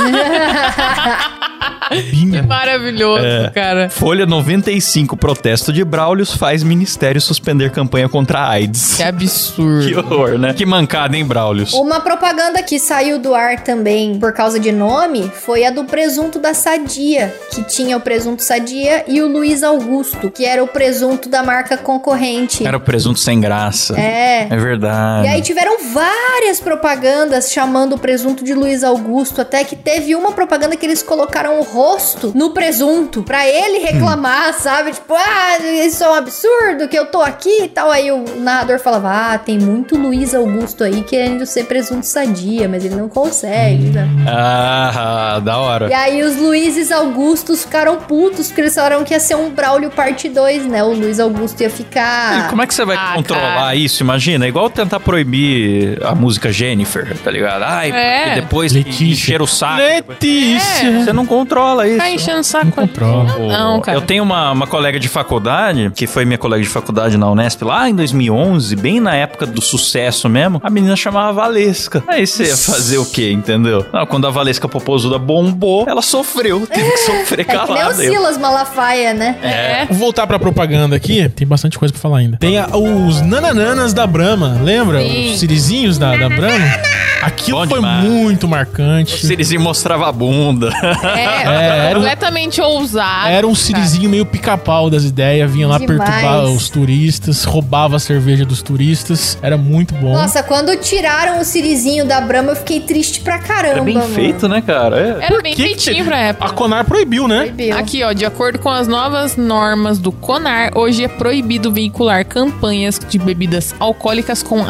S2: Bimbo.
S3: Maravilhoso,
S2: É.
S3: cara.
S1: Folha 95, protesto de Braulio faz ministério suspender campanha contra a AIDS.
S3: Que absurdo.
S1: Que horror, né? Que mancada, hein, Braulios?
S5: Uma propaganda que saiu do ar também por causa de nome foi a do presunto da Sadia, que tinha o presunto Sadia e o Luiz Augusto, que era o presunto da marca concorrente.
S1: Era o presunto sem graça.
S5: É.
S1: É verdade.
S5: E aí tiveram várias propagandas chamando o presunto de Luiz Augusto, até que teve uma propaganda que eles colocaram o rosto no presunto pra ele reclamar,
S1: Hum.
S5: sabe? Tipo, ah, isso é um absurdo que eu tô aqui e tal. Aí o narrador falava: "Ah, tem muito Luiz Augusto aí querendo ser presunto sadia, mas ele não consegue". né?
S1: Hum. Ah, da hora.
S5: E aí os Luizes Augustos ficaram putos porque eles falaram que ia ser um Braulio parte 2, né? O Luiz Augusto ia
S1: E
S5: ficar
S1: como é que você vai
S3: Ah,
S1: controlar
S3: cara.
S1: isso? Imagina, é igual tentar proibir a música Jennifer, tá ligado? Ai,
S3: É.
S1: porque depois
S2: Letícia.
S1: encher o saco. É.
S2: Letícia.
S1: Você não controla isso.
S3: Tá enchendo o saco. ali.
S2: Controla.
S1: Ô,
S3: Não, cara.
S1: Eu tenho uma, uma colega de faculdade, que foi minha colega de faculdade na Unesp lá em 2011, bem na época do sucesso mesmo. A menina chamava Valesca. Aí você ia fazer o quê, entendeu? Não, quando a Valesca Popozuda bombou, ela sofreu. Teve que sofrer
S5: É que nem o
S1: calada. Eu-
S5: Silas Malafaia, né?
S3: É.
S2: Vou voltar pra propaganda aqui. Tem bastante coisa pra falar ainda. Tem a- os nanananas da Brahma, lembra?
S3: Sim.
S2: Os sirizinhos da, da Brahma. Aquilo
S1: Bom
S2: foi
S1: demais.
S2: muito marcante.
S1: Sirizinho mostrava a bunda.
S3: É,
S2: É, era um-
S3: completamente ousado.
S2: Era um
S3: cara.
S2: sirizinho meio pica-pau das ideias, vinha lá
S5: Demais.
S2: perturbar os turistas, roubava a cerveja dos turistas. Era muito bom.
S5: Nossa, quando tiraram o Sirizinho da Brahma, eu fiquei triste pra caramba.
S1: Era bem
S5: mano.
S1: feito, né, cara? É.
S3: Era bem
S2: Que que te-
S3: feitinho pra
S2: A
S3: época.
S2: Conar proibiu, né?
S5: Proibiu.
S3: Aqui, ó, de acordo com as novas normas do CONAR, hoje é proibido veicular campanhas de bebidas alcoólicas com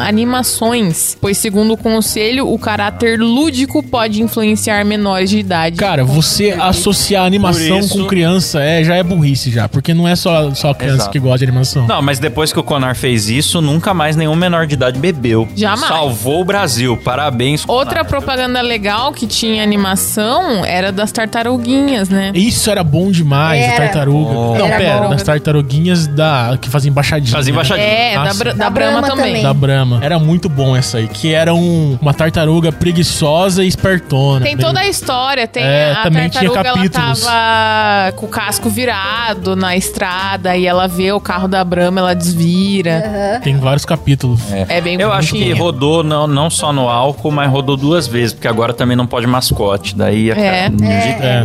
S3: animações, pois, segundo o conselho, o caráter lúdico pode influenciar menores de idade.
S2: Cara, você associar animação
S1: Por isso-
S2: com criança é, já é burrice já, porque não é só, só criança
S1: Exato.
S2: que gosta de animação.
S1: Não, mas depois que o Conar fez isso, nunca mais nenhum menor de idade bebeu.
S3: Jamais.
S1: Salvou o Brasil. Parabéns. Conar.
S3: Outra propaganda legal que tinha animação era das tartaruguinhas, né?
S2: Isso era bom demais, a
S5: Era.
S2: tartaruga.
S1: Bom.
S2: Não,
S5: Era
S2: pera,
S5: bom.
S2: das tartaruguinhas da que fazem embaixadinha.
S1: Fazia embaixadinha.
S3: É, da,
S2: Nossa.
S3: Bra- da
S5: Da
S3: Brahma,
S5: Brahma
S3: também.
S5: também.
S2: Da Brahma. Era muito bom essa aí, que era um- uma tartaruga preguiçosa e espertona.
S3: Tem
S2: Meio-
S3: toda a história, tem
S2: É,
S3: a
S2: também tinha
S3: tartaruga, ela
S2: capítulos.
S3: tava com o casco virado na estrada e ela vê o carro da Brahma, ela desvira.
S5: Aham.
S2: Tem vários capítulos.
S3: É, bem
S1: Eu acho que
S3: bonitinho.
S1: rodou não, não só no álcool, mas rodou duas vezes, porque agora também não pode mascote. Daí a
S3: É.
S2: É,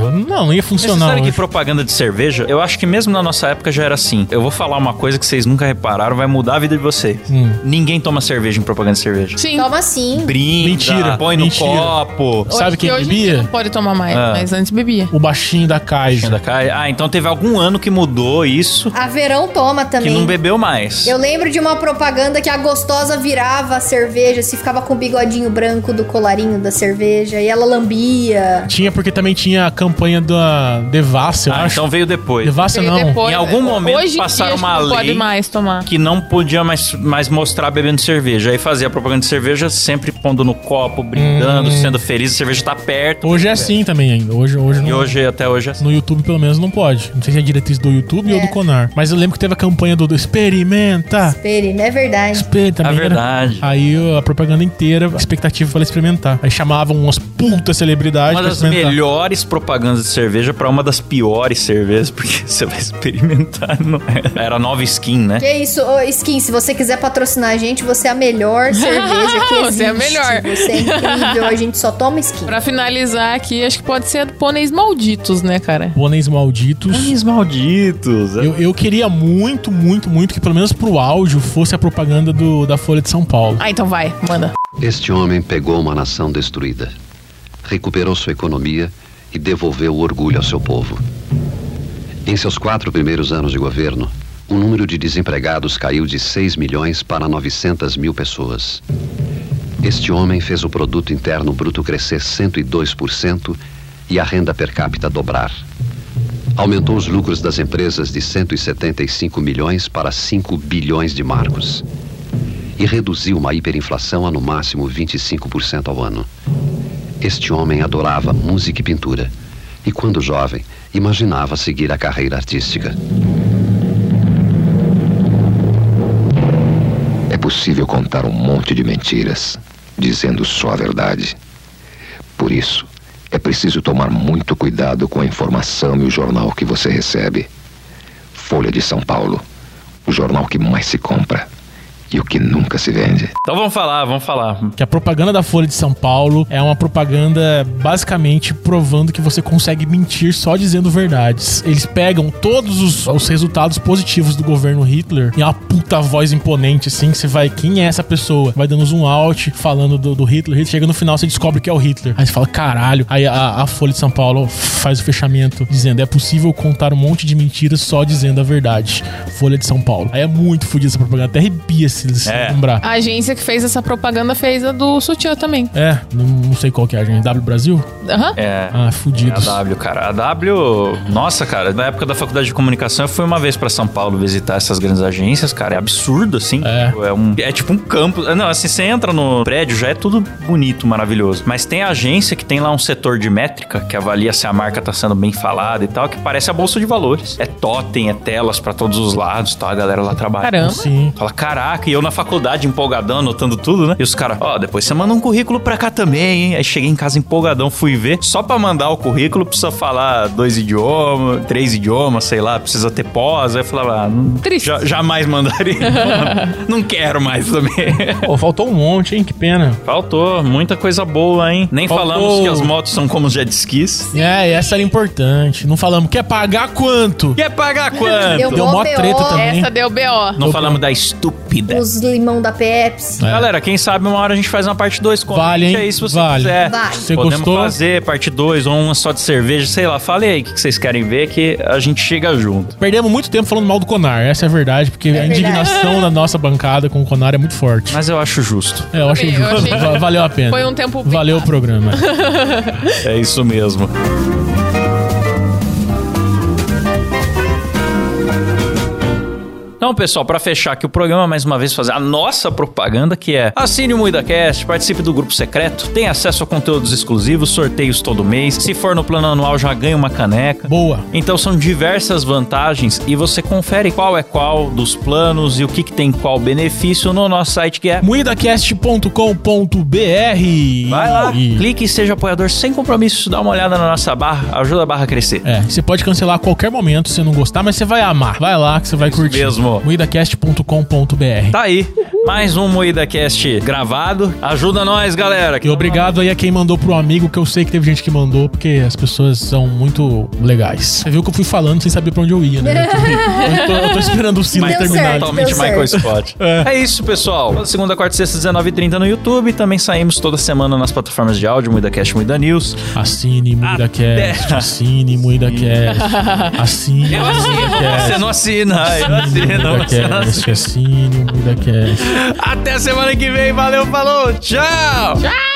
S2: não, não ia
S1: Você
S2: funcionar.
S1: sabe que
S2: hoje.
S1: propaganda de cerveja, eu acho que mesmo na nossa época já era assim. Eu vou falar uma coisa que vocês nunca repararam, vai mudar a vida de vocês.
S2: Hum.
S1: Ninguém toma cerveja em propaganda de cerveja.
S3: Sim.
S5: Toma assim.
S1: Brinda,
S2: Mentira,
S1: põe no
S2: mentira.
S1: copo.
S3: Hoje-
S2: Sabe quem
S3: hoje
S2: bebia?
S3: Não pode tomar mais,
S1: Ah.
S3: mas antes bebia.
S2: O baixinho da Caixa.
S1: Ainda cai. Ah, então teve algum ano que mudou isso,
S5: A Verão toma
S1: que
S5: também.
S1: não bebeu mais.
S5: Eu lembro de uma propaganda que a gostosa virava a cerveja, se ficava com o bigodinho branco do colarinho da cerveja, e ela lambia.
S2: Tinha porque também tinha a campanha da Devassa, eu
S1: Ah,
S2: acho.
S1: então veio depois.
S2: Devassa
S3: Veio
S2: não.
S3: depois,
S1: Em algum momento
S3: hoje em dia,
S1: passaram
S3: acho que
S1: uma
S3: não pode
S1: lei
S3: mais tomar.
S1: que não podia mais, mais mostrar bebendo cerveja. Aí fazia propaganda de cerveja sempre pondo no copo, brindando,
S2: Hum.
S1: sendo feliz, a cerveja tá perto.
S2: Hoje é assim também ainda. Hoje, hoje
S1: E
S2: não.
S1: hoje, até hoje, é assim.
S2: No YouTube, pelo menos, não pode. Não sei se é diretriz do YouTube ou do Conar. Mas eu lembro que teve a campanha do, do Experimenta.
S5: Peri, não é verdade.
S2: Experimenta.
S1: É
S2: também era-
S1: verdade.
S2: Aí a propaganda inteira, a expectativa pra ela experimentar. Aí chamavam umas putas celebridades
S1: Uma
S2: pra
S1: das
S2: experimentar.
S1: melhores propagandas de cerveja pra uma das piores cervejas, porque você vai experimentar, não é? Era nova skin, né?
S5: Que isso, ô, Skin, se você quiser patrocinar a gente, você é a melhor cerveja que existe.
S3: Você é a melhor.
S5: Você é incrível, a gente só toma skin.
S3: Pra finalizar aqui, acho que pode ser pôneis malditos, né, cara?
S2: Pôneis malditos.
S1: Os malditos. É.
S2: Eu, eu queria muito, muito, muito que pelo menos pro áudio fosse a propaganda do, da Folha de São Paulo.
S3: Ah, então vai, manda.
S6: Este homem pegou uma nação destruída, recuperou sua economia e devolveu o orgulho ao seu povo. Em seus quatro primeiros anos de governo, o número de desempregados caiu de 6 milhões para 900 mil pessoas. Este homem fez o produto interno bruto crescer 102% e a renda per capita dobrar. Aumentou os lucros das empresas de 175 milhões para 5 bilhões de marcos e reduziu uma hiperinflação a no máximo 25% ao ano. Este homem adorava música e pintura e, quando jovem, imaginava seguir a carreira artística.
S7: É possível contar um monte de mentiras, dizendo só a verdade. Por isso, é preciso tomar muito cuidado com a informação e o jornal que você recebe. Folha de São Paulo, o jornal que mais se compra e o que nunca se vende.
S1: Então vamos falar, vamos falar.
S2: Que a propaganda da Folha de São Paulo é uma propaganda basicamente provando que você consegue mentir só dizendo verdades. Eles pegam todos os, os resultados positivos do governo Hitler e é uma puta voz imponente, assim, que você vai, quem é essa pessoa? Vai dando zoom out, falando do, do Hitler, Hitler, chega no final, você descobre que é o Hitler. Aí você fala, caralho. Aí a, a Folha de São Paulo faz o fechamento dizendo, é possível contar um monte de mentiras só dizendo a verdade. Folha de São Paulo. Aí é muito fodida essa propaganda, até arrepia se se
S1: É.
S2: lembrar.
S3: A agência que fez essa propaganda fez a do Sutiã também.
S2: É, não, não sei qual que é a gente. W Brasil?
S3: Aham.
S1: É.
S2: Ah,
S1: É a
S2: fudidos.
S1: W, cara. A W, nossa, cara, na época da faculdade de comunicação, eu fui uma vez pra São Paulo visitar essas grandes agências, cara. É absurdo, assim.
S2: É.
S1: um, é tipo um campo. Não, assim, você entra no prédio, já é tudo bonito, maravilhoso. Mas tem agência que tem lá um setor de métrica, que avalia se a marca tá sendo bem falada e tal, que parece a bolsa de valores. É totem, é telas pra todos os lados, tá? A galera lá trabalha.
S3: Caramba.
S2: Sim.
S1: Fala, caraca, e eu na faculdade empolgadão, anotando tudo, né? E os caras, ó, depois você manda um currículo pra cá também, hein? Aí cheguei em casa empolgadão, fui ver. Só pra mandar o currículo precisa falar dois idiomas, três idiomas, sei lá, precisa ter pós. Aí eu falava, ah, não,
S3: Triste.
S1: ja- jamais mandaria. não quero mais também.
S2: Pô, faltou um monte, hein? Que pena.
S1: Faltou muita coisa boa, hein? Nem
S2: Faltou.
S1: falamos que as motos são como jet skis.
S2: É, essa era importante. Não falamos. Quer pagar quanto?
S1: Quer pagar quanto?
S5: Deu
S2: Deu
S5: Bom
S2: mó
S5: BO,
S2: treta também.
S3: Essa deu BO.
S1: Não falamos da estúpida.
S5: Os limão da Pepsi.
S2: É.
S1: Galera, quem sabe uma hora a gente faz uma parte 2 com
S2: Vale, hein?
S1: É isso, se você
S2: Vale.
S1: quiser.
S5: Vale.
S2: Você
S1: Podemos
S2: gostou?
S1: fazer parte 2 ou uma só de cerveja, sei lá. Fale aí o que que vocês querem ver que a gente chega junto.
S2: Perdemos muito tempo falando mal do Conar, essa é a verdade, porque a
S5: verdade.
S2: indignação da nossa bancada com o Conar é muito forte.
S1: Mas eu acho justo.
S2: É, eu achei
S3: Eu
S2: justo.
S3: achei-
S2: Va- Valeu a pena.
S3: Foi um tempo bem-
S2: Valeu o programa.
S1: É isso mesmo. Então, pessoal, pra fechar aqui o programa, mais uma vez fazer a nossa propaganda, que é assine o MuidaCast, participe do grupo secreto, tem acesso a conteúdos exclusivos, sorteios todo mês. Se for no plano anual, já ganha uma caneca.
S2: Boa.
S1: Então são diversas vantagens e você confere qual é qual dos planos e o que, que tem qual benefício no nosso site que é
S2: Muidacast.com.br
S1: Vai lá,
S2: E-
S1: clique e seja apoiador sem compromisso, dá uma olhada na nossa barra, ajuda a barra a crescer.
S2: É, você pode cancelar a qualquer momento se não gostar, mas você vai amar. Vai lá que você vai curtir.
S1: mesmo.
S2: Muidacast.com.br
S1: Tá aí, mais um MoídaCast gravado. Ajuda nós, galera.
S2: E obrigado aí a quem mandou pro amigo, que eu sei que teve gente que mandou, porque as pessoas são muito legais. Você viu que eu fui falando sem saber pra onde eu ia, né? Eu tô, eu tô esperando o sino
S5: Mas-
S2: terminar.
S5: Deu
S1: Totalmente
S5: certo.
S1: Michael Scott. É. isso, pessoal. Toda Segunda, quarta, e sexta, 19h30 no YouTube. Também saímos toda semana nas plataformas de áudio, MuidaCast, Muida News.
S2: Assine MuidaCast,
S1: Até.
S2: assine MuidaCast, assine
S1: Você
S2: MuidaCast,
S1: não assina, ai, não assina, você não assina.
S2: MuidaCast, assine MuidaCast.
S1: Até semana que vem, valeu, falou, tchau! Tchau!